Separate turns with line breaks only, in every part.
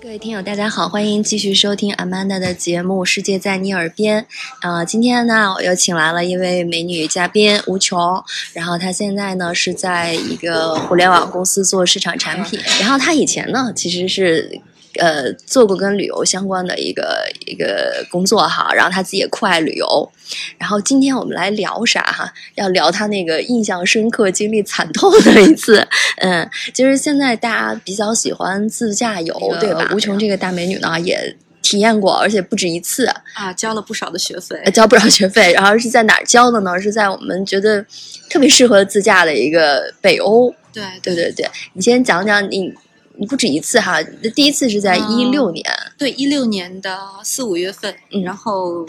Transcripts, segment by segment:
各位听友，大家好，欢迎继续收听 Amanda 的节目《世界在你耳边》。呃，今天呢，我又请来了一位美女嘉宾吴琼，然后她现在呢是在一个互联网公司做市场产品，然后她以前呢其实是。呃，做过跟旅游相关的一个一个工作哈，然后她自己也酷爱旅游，然后今天我们来聊啥哈？要聊她那个印象深刻、经历惨痛的一次， 嗯，就是现在大家比较喜欢自驾游，
这个
对吧？
我
吴琼这个大美女呢，也体验过，而且不止一次，
啊，交了不少的学费
呃，交不少学费。 然后是在哪儿交的呢？是在我们觉得特别适合自驾的一个北欧。
对
对对对，你先讲讲你，你不止一次哈，第一次是在
嗯
一六年，
对，一六年的四五月份，
嗯
然后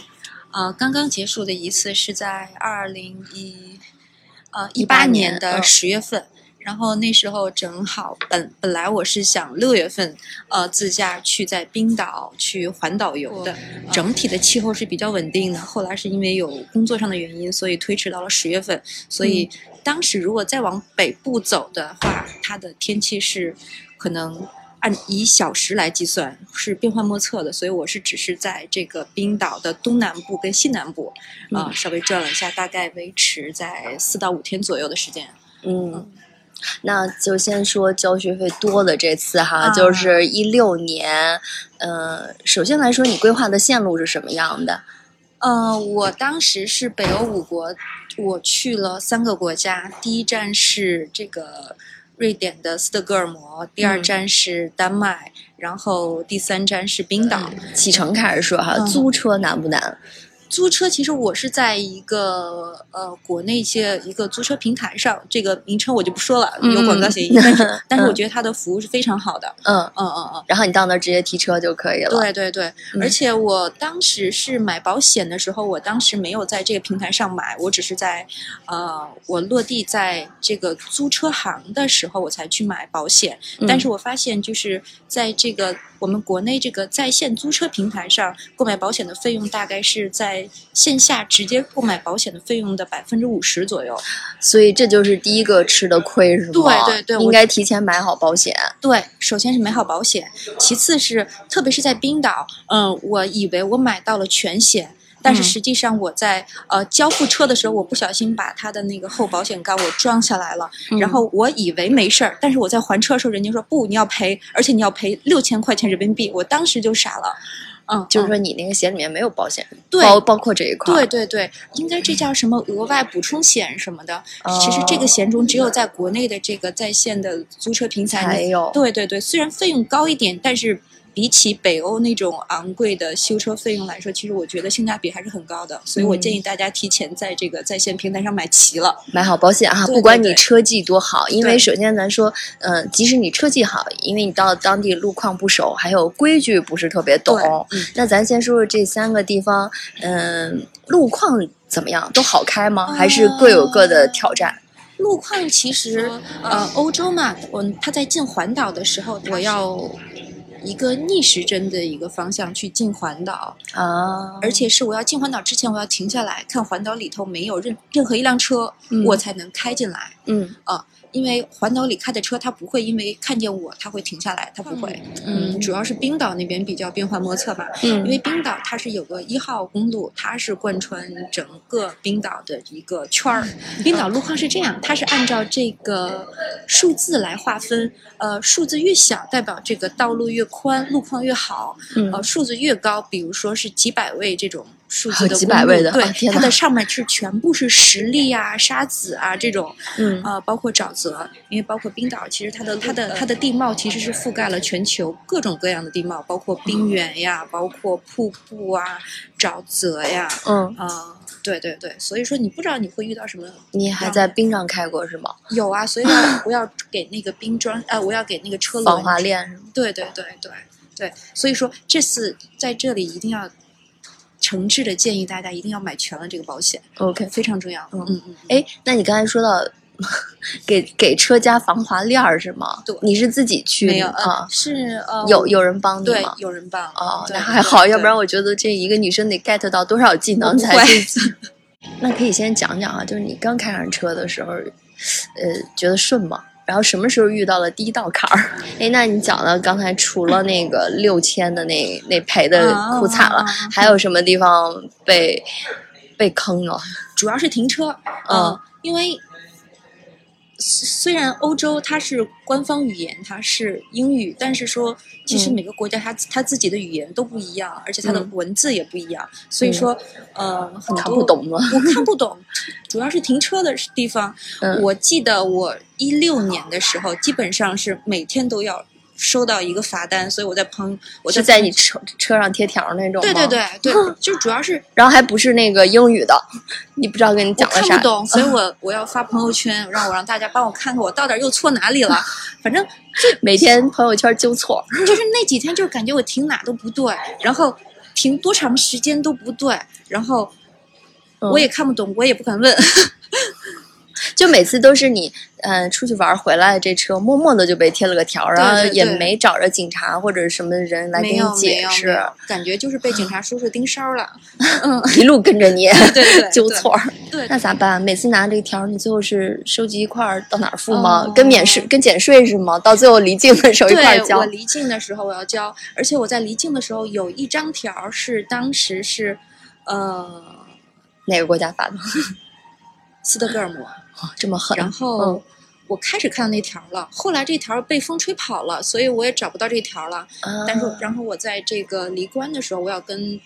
呃，刚刚结束的一次是在二零一呃一
18
八
年
年的
嗯
十月份。然后那时候正好本本来我是想六月份，呃，自驾去在冰岛去环岛游的，整体的气候是比较稳定的。后来是因为有工作上的原因，所以推迟到了十月份。所以当时如果再往北部走的话，它的天气是可能按以小时来计算是变幻莫测的，所以我是只是在这个冰岛的东南部跟西南部啊、
嗯
稍微转了一下，大概维持在四到五天左右的时间。
嗯。那就先说交学费多的这次哈，
啊
就是一六年，呃，首先来说你规划的线路是什么样的？
呃，我当时是北欧五国，我去了三个国家，第一站是这个瑞典的斯德哥尔摩，第二
嗯
站是丹麦，然后第三站是冰岛。
启程开始说哈，
嗯
租车难不难？
租车其实我是在一个呃国内一些一个租车平台上，这个名称我就不说了，有广告
嗯
嫌疑。但是但是我
嗯
觉得它的服务是非常好的。
嗯，
嗯嗯嗯，
然后你到那儿直接提车就可以了。
对对对，
嗯
而且我当时是买保险的时候，我当时没有在这个平台上买，我只是在呃我落地在这个租车行的时候我才去买保险。
嗯
但是我发现，就是在这个我们国内这个在线租车平台上购买保险的费用，大概是在线下直接购买保险的费用的百分之五十左右。
所以这就是第一个吃的亏，是吗？
对对对
应
我
该提前买好保险。
对，首先是买好保险，其次是特别是在冰岛，嗯、我以为我买到了全险。但是
嗯
实际上，我在呃交付车的时候，我不小心把它的那个后保险杠我撞下来了，
嗯
然后我以为没事儿，但是我在还车的时候，人家说不，你要赔，而且你要赔六千块钱人民币，我当时就傻了，嗯，
就是
嗯
说你那个险里面没有保险，
对
包包括这一块。
对，对对，应该这叫什么额外补充险什么的，其实这
哦
个险种只有在国内的这个在线的租车平台
才
你
有。
对对对，虽然费用高一点，但是比起北欧那种昂贵的修车费用来说，其实我觉得性价比还是很高的。所以我
嗯
建议大家提前在这个在线平台上买齐了。
买好保险啊，
对
不管
对
你
对
车技多好，因为
对
首先咱说，呃，即使你车技好，因为你到当地路况不熟，还有规矩不是特别懂
对。嗯
那咱先说说这三个地方，嗯、路况怎么样？都好开
啊
吗？还是各有各的挑战？
路况其实，呃，欧洲嘛，我它在进环岛的时候，我要一个逆时针的一个方向去进环岛，
啊，
而且是我要进环岛之前，我要停下来看环岛里头没有任任何一辆车，
嗯
我才能开进来。
嗯
因为环岛里开的车，它不会因为看见我，它会停下来，它不会。
嗯
嗯，主要是冰岛那边比较变幻莫测吧，因
嗯
为冰岛它是有个一号公路，它是贯穿整个冰岛的一个圈儿。
嗯
冰岛路况是这样，它是按照这个数字来划分，呃，数字越小代表这个道路越宽，路况越好，
嗯
呃，数字越高，比如说是几百位这种数字
啊
的
几
公
百位
路
的啊
对，
天
它
哪
的上面是全部是石砾啊、沙子啊这种。
嗯
呃，包括沼泽，因为包括冰岛，其实它的它的它的地貌其实是覆盖了全球各种各样的地貌，包括
嗯
冰原呀，包括瀑布啊、沼泽呀，
嗯，
啊、对对对，所以说你不知道你会遇到什么。
你还在冰上开过是吗？
有啊，所以要我要给那个冰砖，啊，我要给那个车
防
轮
滑链是吗？
对对对对对，所以说这次在这里一定要诚挚的建议大家一定要买全了这个保险，
OK，
非常重要。
嗯
嗯嗯。
哎，那你刚才说到 给给车加防滑链儿是吗？
对
你是自己去
没有呃
啊？
是呃
有有人帮你
对
吗？
有人帮
哦，
对
那还好，
对
要不然我觉得这一个女生得 get 到多少技能才
我不
是？ 那可以先讲讲啊，就是你刚开上车的时候，呃，觉得顺吗？然后什么时候遇到了第一道坎儿？ 哎，那你讲了刚才除了那个六千的那那赔的
啊
哭惨了，还有什么地方被被坑了？
主要是停车，
嗯
呃，因为虽虽然欧洲它是官方语言，它是英语，但是说其实
嗯
每个国家它、它自己的语言都不一样，而且它的
嗯
文字也不一样，所以说呃很多
看不，懂了，
我看不懂，主要是停车的地方。
嗯
我记得我一六年的时候，基本上是每天都要收到一个罚单，所以我在朋我
是
在
在你车车上贴条那种吗？
对对对对， 就主要是
然后还不是那个英语的，你不知道跟你
我
讲了
看
啥
不。懂，所以我我要发朋友圈，让我让大家帮我看看我到底又错哪 里了。反正
每天朋友圈纠错，
就是那几天就感觉我停哪都不对，然后停多长时间都不对，然后
嗯
我也看不懂，我也不敢问。
就每次都是你，嗯、出去玩儿回来，这车默默的就被贴了个条儿，
对
然后
对
也
对
没找着警察或者什么人来给
没
你
有没
解
有没
释，
有，感觉就是被警察叔叔盯梢了。
一路跟着你
对 对对，
纠
对
错儿。
对
那咋办？每次拿这个条儿，你最后是收集一块儿到哪儿付吗？
哦
跟免税、跟减税是吗？到最后离境的时候一
对
块儿交
我。离境的时候我要交，而且我在离境的时候有一张条儿是当时是，呃，
哪个国家发的？哦
斯德哥尔摩。
这么狠？
然后我开始看到那条了，后来这条被风吹跑了，所以我也找不到这条了。
啊
但是，然后我在这个离关的时候，我要跟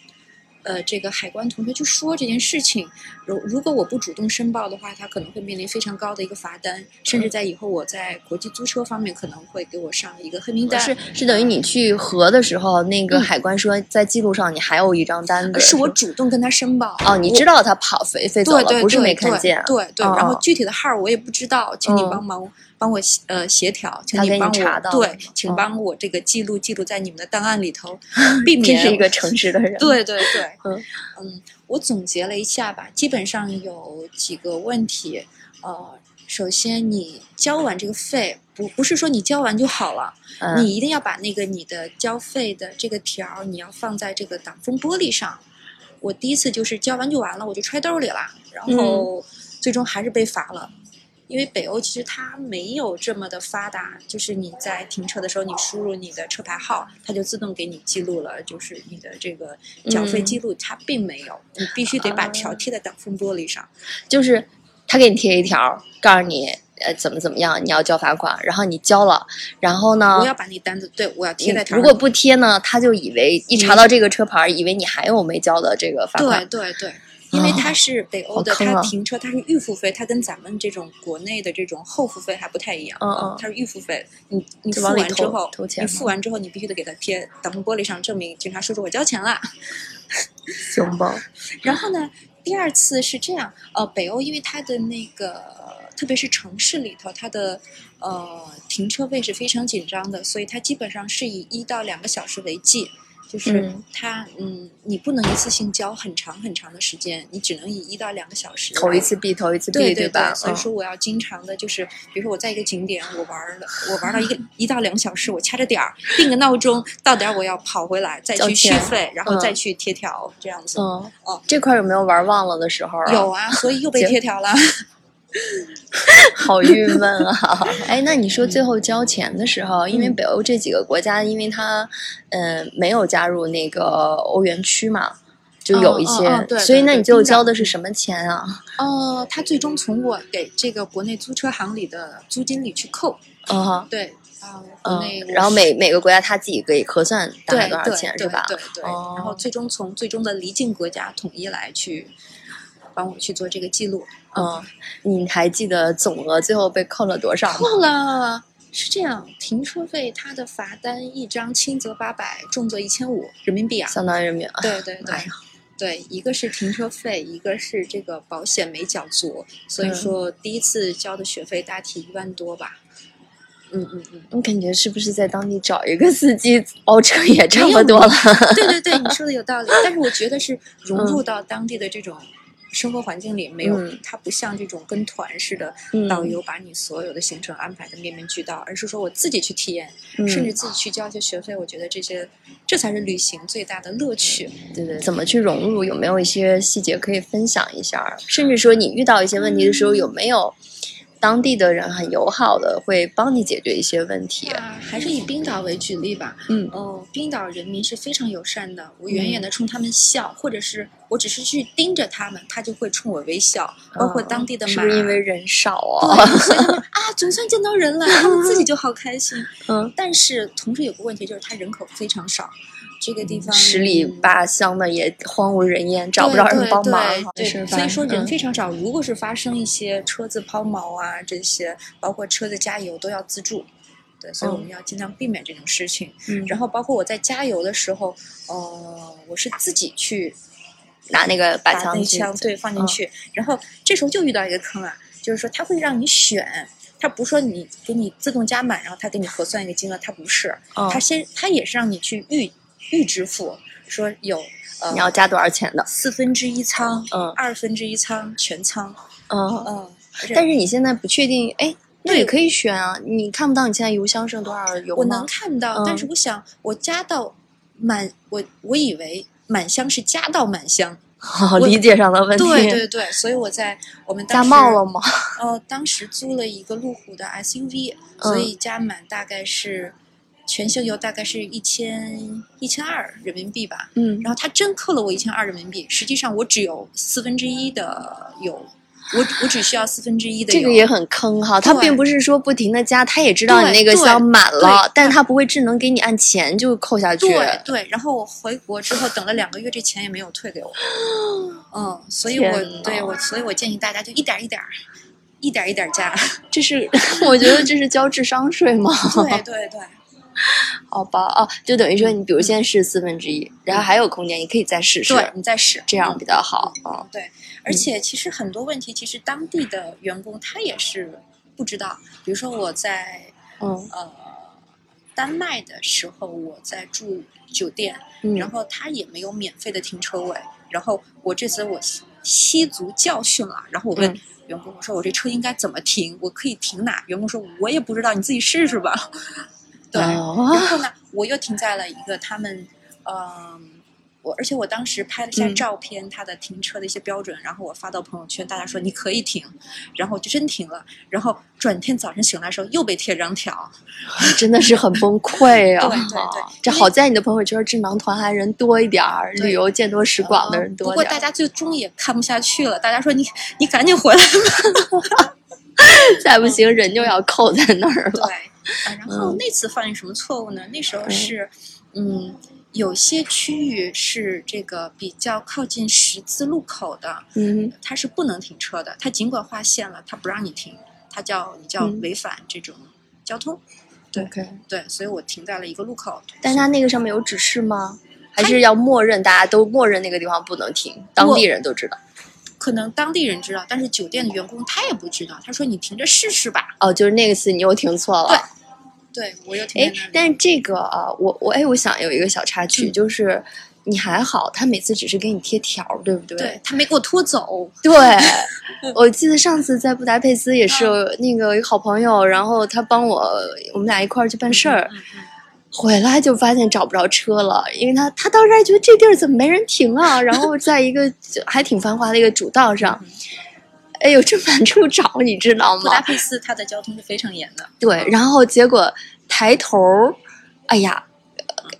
呃这个海关同学去说这件事情。如如果我不主动申报的话，他可能会面临非常高的一个罚单，甚
嗯
至在以后我在国际租车方面可能会给我上一个黑名单。
是是等于你去核的时候，那个
嗯
海关说在记录上你还有一张单子，
呃是我主动跟他申报
哦，你知道他跑飞飞走
对对
了，不是
对
没看
对
见，
对对，
嗯
然后
嗯
具体的号儿我也不知道，请你
嗯
帮忙帮我协呃协调，请
他给你
帮我
查到了
对
吗，
请
嗯
帮我这个记录记录在你们的档案 里头，避
这
免
是一个诚实的人，
对对对，
嗯
嗯，我总结了一下吧，基本上有几个问题，呃，首先你交完这个费，不不是说你交完就好了，
嗯，
你一定要把那个你的交费的这个条儿，你要放在这个挡风玻璃上。我第一次就是交完就完了，我就揣兜里了，然
嗯
后最终还是被罚了。因为北欧其实它没有这么的发达，就是你在停车的时候，你输入你的车牌号，它就自动给你记录了，就是你的这个缴费
嗯
记录，它并没有，你必须得
啊
把条贴在挡风玻璃上。
就是他给你贴一条，告诉你呃怎么怎么样，你要交罚款，然后你交了，然后呢
我，要把那单子，对我要
你
贴在
啊
条
如
上。
果不贴呢，他就以为一查到这个车牌，以为你还有没交的这个罚款，
对对对，因为它是北欧的，
啊好坑
它
啊
停车它是预付费，它跟咱们这种国内的这种后付费还不太一样。啊
嗯嗯
它是预付费，你你
就
付
往里
完之
投
后
投，钱
你
吗
付完之后，你必须得给它贴挡风玻璃上证明警察叔叔我交钱了。
行吧？
然后呢，第二次是这样，呃，北欧因为它的那个，特别是城市里头，它的呃停车位是非常紧张的，所以它基本上是以一到两个小时为计。就是
嗯
它，嗯，你不能一次性交很长很长的时间，你只能以一到两个小时
投一次币，投一次币，
对对
吧？
所以
嗯
说我要经常的，就是比如说我在一个景点，我玩儿了，我玩到一个
嗯
一到两个小时，我掐着点儿定个闹钟，到点儿我要跑回来，再
交
去续
钱
费，然后
嗯
再去贴条，这样子。
嗯
哦
这块儿有没有玩忘了的时候、啊？
有，啊，所以 又被
行
贴条了。
好郁闷啊！ 嗯哎，那你说最后交钱的时候，因为北欧这几个国家，因为它嗯、呃没有加入那个欧元区嘛，就有一些，
哦哦哦对
所以
对
那
对
你最后
冰岛
交的是什么钱啊？
呃，他最终从我给这个国内租车行里的租金里去扣。
啊、
对啊，国
嗯
内我
然后
是
每每个国家它自己可以核算大概
对
多少
对
钱
对
是吧？
对对，然后
哦
最终从最终的离境国家统一来去帮我去做这个记录。
嗯，你还记得总额最后被扣了多少吗？
扣了是这样，停车费它的罚单一张轻则八百，重则一千五人民币啊。
相当于人 民
对对对
妈哎呀。
对，一个是停车费，一个是这个保险没缴足，所以
嗯
说第一次交的学费大体一万多吧。嗯嗯嗯，
你感觉是不是在当地找一个司机 包车也差
没
不
有
多了？
对对对，你说的有道理。但是我觉 得是融入到当地的这种生活环境里，没有、
嗯
它不像这种跟团似的，
嗯
导游把你所有的行程安排的面面俱到，而是说我自己去体验，
嗯
甚至自己去交一些学费。我觉得这些，这才是旅行最大的乐趣。
对对，怎么去融入？有没有一些细节可以分享一下儿？甚至说你遇到一些问题的时候，有没有当地的人很友好的，会帮你解决一些问题。
啊还是以冰岛为举例吧。
嗯
哦，冰岛人民是非常友善的，我远远的冲他们笑，或者是我只是去盯着他们，他就会冲我微笑。包括当地的马，
哦是不是因为人少啊？
对，所以他们啊，总算见到人了，他们 自己就好开心。
嗯，
但是同时有个问题就是，它人口非常少，这个地方
十里
嗯
八乡的也荒无人烟，找不着人帮忙，
对
是
对对，
吧
所以说人
嗯
非常少。如果是发生一些车子抛锚啊，这些包括车子加油都要自助，对，所以
哦
我们要尽量避免这种事情。
嗯
然后包括我在加油的时候，呃，我是自己去
拿那个
把
把枪
那
去
枪对放进
嗯
去，然后这时候就遇到一个坑啊，就是说它会让你选。它不是说你给你自动加满，然后它给你核算一个金额，它不是，
嗯
它先它也是让你去预预支付，说有呃
你要加多少钱的？
四分之一仓，
嗯
二分之一仓全仓，
嗯，
嗯，
但
是
是你现在不确定，哎，那
对
也可以选啊，你看不到你现在油箱剩多少油
我
吗嗯
能看到，但是我想我加到满，我我以为满箱是加到满箱，
好，
我
理解上的问题。
对对对，所以我在我们
加
当时
冒了吗？
呃，当时租了一个路虎的 SUV，
嗯
所以加满大概是。全箱油大概是一千一千二人民币吧，
嗯
然后他真扣了我一千二人民币，实际上我只有四分之一的油，我我只需要四分之一的油。
这个也很坑哈，他
对
并不是说不停的加，他也知道你
对
那个
对
箱满了
对，
但他不会智能给你按钱就扣下去。
对对，然后我回国之后等了两个月，这钱也没有退 给我。嗯，所以我
天呐
对我，所以我建议大家就一点儿一点儿，一点儿一点儿 加。
这是我觉得这是交智商税吗？
对对对，
好吧，哦，就等于说你比如现在是四分之一，然后还有空间，你可以再试试，
对你再试
这样
嗯
比较好啊。
对，而且其实很多问题，其实当地的员工他也是不知道。比如说我在
嗯
呃丹麦的时候，我在住酒店，
嗯，
然后他也没有免费的停车位。然后我这次我吸吸足教训了，然后我问
嗯
员工，我说我这车应该怎么停？我可以停哪？员工说我也不知道，你自己试试吧。 对，然
哦
后呢，我又停在了一个他们，嗯。我而且我当时拍了一下
嗯
照片，它的停车的一些标准，然后我发到朋友圈，大家说你可以停，然后我就真停了。然后转天早晨醒来的时候又被贴张条，
真的是很崩溃啊！
对对对
这好在你的朋友圈智囊团还人多一点儿，
对嗯
旅游见多识广的人
不
多嗯
过
点
大
儿，
家最终也看不下去了，大家说你你赶紧回来吧。
再
嗯
不行人就要扣在那儿
对，
了。
啊然后
嗯
那次犯什么错误呢？那时候
嗯
是，嗯，有些区域是这个比较靠近十字路口的，
嗯
它是不能停车的。它尽管划线了，它不让你停，它叫你叫
嗯
违反这种交通。对
，OK。
对，所以我停在了一个路口。
但它那个上面有指示吗？还是要默认大家都默认那个地方不能停，当地人都知道。
可能当地人知道，但是酒店的员工他也不知道。他说：“你停着试试吧。
哦，就是那个次你又停错了。
对对”我又停
哎
在那，里。
但是这个啊，我我哎，我想有一个小插曲，
嗯
就是你还好，他每次只是给你贴条儿，对不对？
对他没给我拖走，
对我记得上次在布达佩斯也是
嗯
那个一个好朋友，然后他帮我，我们俩一块儿去办事儿，
嗯嗯嗯
回来就发现找不着车了，因为他他当时还觉得这地儿怎么没人停啊，然后在一个就还挺繁华的一个主道上
嗯。
哎呦，这满处找，你知道
布达
吗？
佩斯它的交通是非常严的。
对，然后结果抬头儿，哎呀，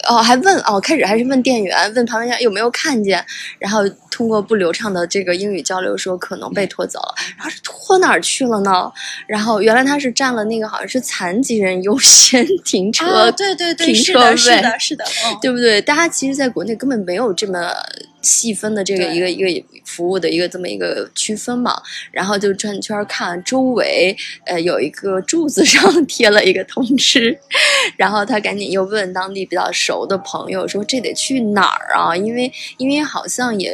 呃哦，还问哦，开始还是问店员，问旁边人有没有看见，然后通过不流畅的这个英语交流说可能被拖走了，然后是拖哪儿去了呢？然后原来他是占了那个好像是残疾人优 先停车，
啊，对对对，
停
是
车
的，是
位
的，是的，嗯，
对不对？大家其实在国内根本没有这么细分的这个
对
一个一个服务的一个这么一个区分嘛，然后就转圈儿看周围，呃，有一个柱子上 贴了一个通知， 然后他赶紧又问当地比较熟的朋友说这得去哪儿啊？因为因为好像也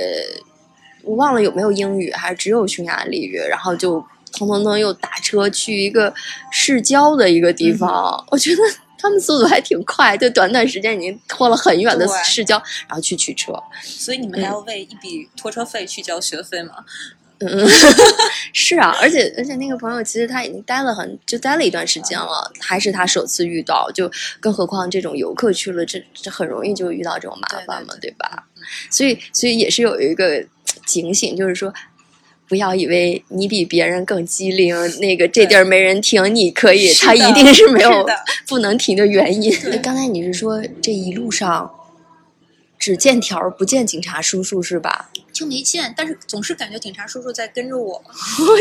我忘了有没有英语，还是只有匈牙利语，然后就腾腾腾又打车去一个市郊的一个地方，我觉得。他们速度还挺快，就短短时间已经拖了很远的
对
市郊，然后去取车。
所以你们还要为一笔拖车费去交学费吗？
嗯，是啊，而且而且那个朋友其实他已经待了很就待了一段时间了，还是他首次遇到，就更何况这种游客去了，这这很容易就遇到这种嗯麻烦嘛，对吧？所以所以也是有一个警醒，就是说。不要以为你比别人更机灵，那个这地儿没人听，你可以，他一定是没有不能停的原因。 刚才你是说这一路上只见条儿不见警察叔叔是 吧？
就没见，但是总是感觉警察叔叔在跟着我。，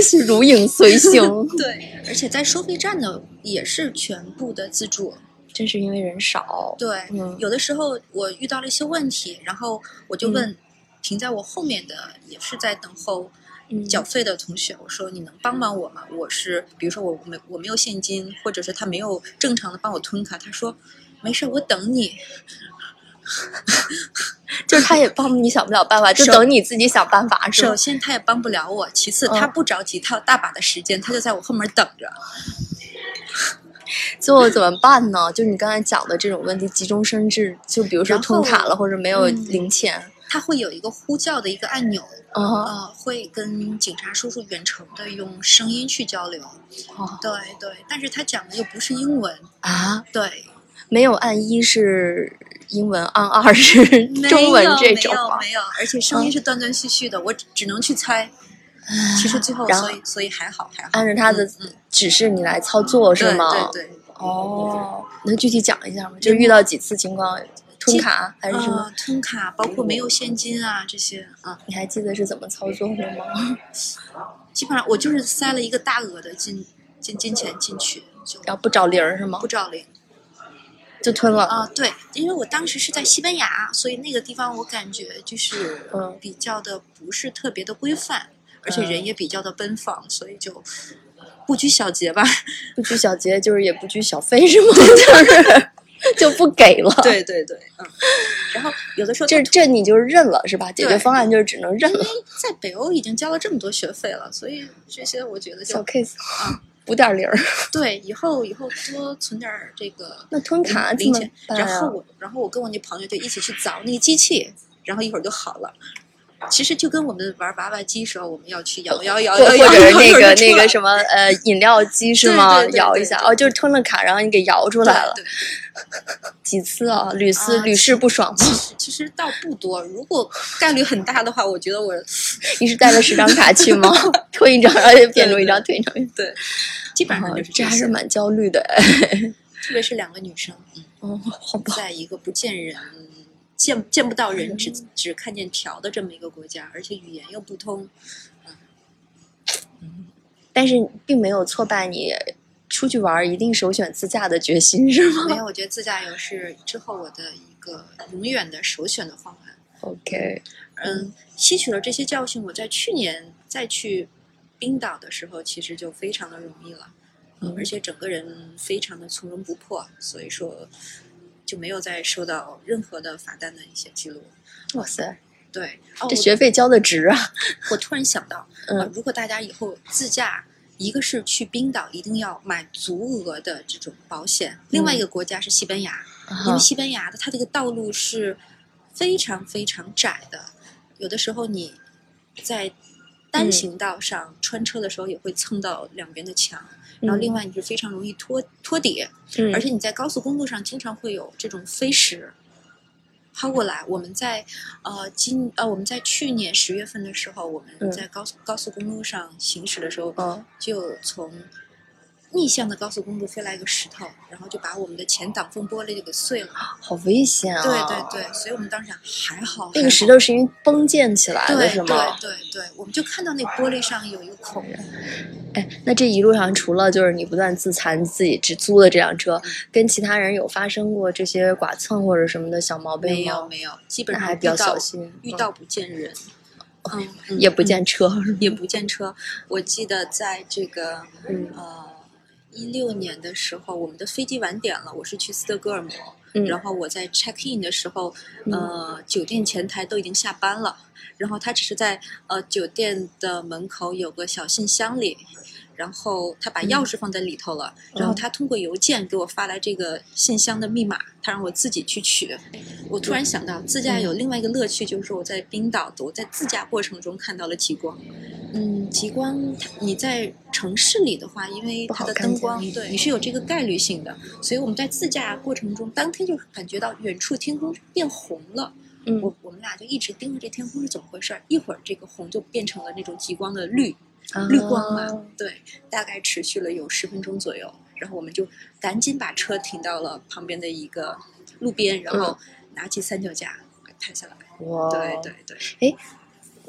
是如影随形
对，而且在收费站呢，也是全部的自助。
真是因为人少。
对，
嗯
有的时候我遇到了一些问题，然后我就问停在我后面的，也是在等候
嗯
缴费的同学，我说你能帮帮我吗？我是比如说我没我没有现金，或者是他没有正常的帮我吞卡，他说没事儿，我等你。
就是他也帮你想不了办法，就
首
等你自己想办法是吧
首？先他也帮不了我，其次他
嗯
不着急，他有大把的时间，他就在我后面等着。
最后怎么办呢？就是你刚才讲的这种问题，急中生智，就比如说
然
吞
后
卡了或者没有
嗯
零钱，
他会有一个呼叫的一个按钮，
啊，
呃，会跟警察叔叔远程的用声音去交流。
哦
对对，但是他讲的又不是英文，
啊，
对，
没有按一是英文，按二是中文这种啊嗯
没有没有
吗？
没有，而且声音是断断续续的，我只只能去猜。其实最后，
然后
所以所以还好还好，
按照他的
嗯
指示你来操作是
对
吗？
对嗯对，
哦，能具体讲一下吗？就遇到几次情况，吞卡还是什么？
呃吞卡，包括没有现金啊这些啊，
你还记得是怎么操作的吗？
基本上我就是塞了一个大额的金金金钱进去，就
然后不找零儿是吗
不？找零
就吞了。
啊。对，因为我当时是在西班牙，所以那个地方我感觉就是
嗯
比较的不是特别的规范，而且人
嗯
也比较的奔放，所以就不拘小节吧。
不拘小节，就是也不拘小费是吗？就是 就不给了。，
对对对，嗯。然后有的时候
这这你 就认了是吧？解决
对
方案就是只能认了。
在北欧已经交了这么多学费了，所以这些我觉得
小
就
case
啊
补点零儿。
对，以后以后多存点儿这个
那吞卡怎
零
么
钱。
办
然后
啊？
我，然后我跟我那朋友就一起去凿那个机器，然后一会儿就好了。其实就跟我们玩娃娃机时候，我们要去摇摇摇
啊或
摇
或
摇，
者是那个那个
么
什么呃饮料机是
对
吗
对？对
摇一
对
下
对
哦，就是吞了卡，然后你给摇出
出
来了
对对
几次啊？屡次
啊
屡试不爽
其
吗？
实其实倒不多，如果概率很大的话，我觉得我
你是带了十张卡去 吗？吞一张，然后就变出一张，吞一张。变出一张
对基本上
哦
就是
这还
些
是蛮焦虑的哎。
特别是两个女生，嗯
哦，好吧。
在一个不见人、见见不到人、只
嗯
只看见条的这么一个国家，而且语言又不 通，
但是并没有挫败你出去玩儿一定首选自驾的决心，是吗
没有，我觉得自驾游是之后我的一个永远的首选的方案。
？OK，
嗯，吸取了这些教训，我在去年再去冰岛的时候，其实就非常的容易了，嗯
嗯
而且整个人非常的从容不迫，所以说就没有再收到任何的罚单的一些记录。
哇塞，
对，哦，
这
我
学费交的值啊！
我突然想到，
嗯
呃，如果大家以后自驾，一个是去冰岛一定要买足额的这种保险，另
嗯
外一个国家是西班牙，因为西班牙的它这个道路是非常非常窄的，有的时候你在
嗯
单行道上穿车的时候也会蹭到两边的墙，然后另外你是非常容易脱脱底，
嗯，
而且你在高速公路上经常会有这种飞石抛过来。我们在呃今呃我们在去年十月份的时候，我
嗯
们在高速、高速公路上行驶的时候，
嗯
就从逆向的高速公路飞来一个石头，然后就把我们的前挡风玻璃就给碎了。
好危险啊！
对对，对，所以我们当时想还好，
那
还
个石
好。
头是因为崩溅起来的，
对
是
对
吗？
对对，我们就看到那玻璃上有一个孔，
哎，那这一路上除了就是你不断自残自己只租的这辆车，
嗯
跟其他人有发生过这些剐蹭或者什么的小毛病吗？
没有没有，基本
那
上
还
遇
比较
到
小心
遇
嗯
到不见人，嗯，嗯
也不见车，
也不见车。我记得在这个
嗯
呃一六年的时候，我们的飞机晚点了，我是去斯德哥尔摩，
嗯
然后我在 check in 的时候，呃，酒店前台都已经下班了，然后他只是在呃酒店的门口有个小信箱里。然后他把钥匙放在里头了，然后
嗯
他通过邮件给我发来这个信箱的密码，他让我自己去取。我突然想到，自驾
嗯
有另外一个乐趣，就是我在冰岛，我在自驾过程中看到了极光。嗯，极光它你在城市里的话，因为
不好
它的
看
灯
见
光
嗯，
对，你是有这个概率性的。所以我们在自驾过程中，当天就感觉到远处天空变红了，
嗯
我我们俩就一直盯着这天空是怎么回事儿，一会儿这个红就变成了那种极光的绿，绿光嘛，
啊
对，大概持续了有十分钟左右，然后我们就赶紧把车停到了旁边的一个路边，然后
嗯
拿起三脚架拍下来。
哇，
对对对，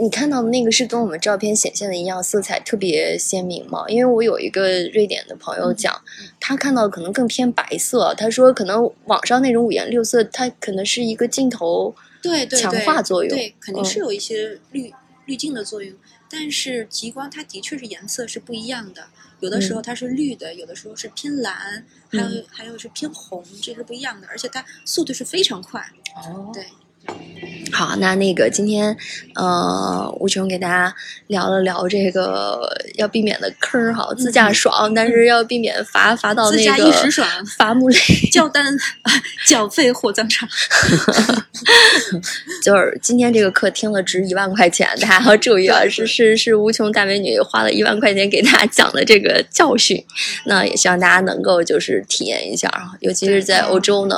你看到的那个是跟我们照片显现的一样，色彩特别鲜明吗？因为我有一个瑞典的朋友讲，
嗯
他看到的可能更偏白色，他说可能网上那种五颜六色，它可能是一个镜头
对对
强
对
化作用
对，肯定
嗯
是有一些滤滤镜的作用。但是极光它的确是颜色是不一样的，有的时
嗯
候它是绿的，有的时候是偏蓝，还有还有是偏红，这是不一样的。而且它速度是非常快，
哦
对。
好，那那个今天，呃，吴琼给大家聊了聊这个要避免的坑儿哈，自驾爽，但是要避免罚罚到
嗯自
那
驾
个
一时爽，
伐木累，
叫单 缴费火葬场。
就是今天这个课听了值一万块钱，大家要注意啊！
对
是
对
是是，无穷大美女花了一万块钱给大家讲的这个教训，
嗯
那也希望大家能够就是体验一下啊，尤其是在欧洲呢，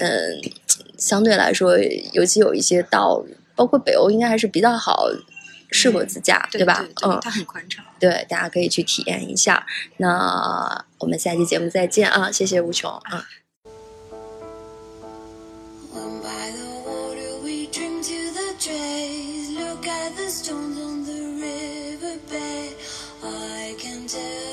嗯，相对来说，尤其有一些道，包括北欧应该还是比较好。适合自驾，
嗯对
吧？
对
嗯，
它很宽敞。
对，大家可以去体验一下。那我们下期节目再见啊！谢谢无穷，嗯。
When by the water we dream to the trays, look at the stones on the riverbed. I can tell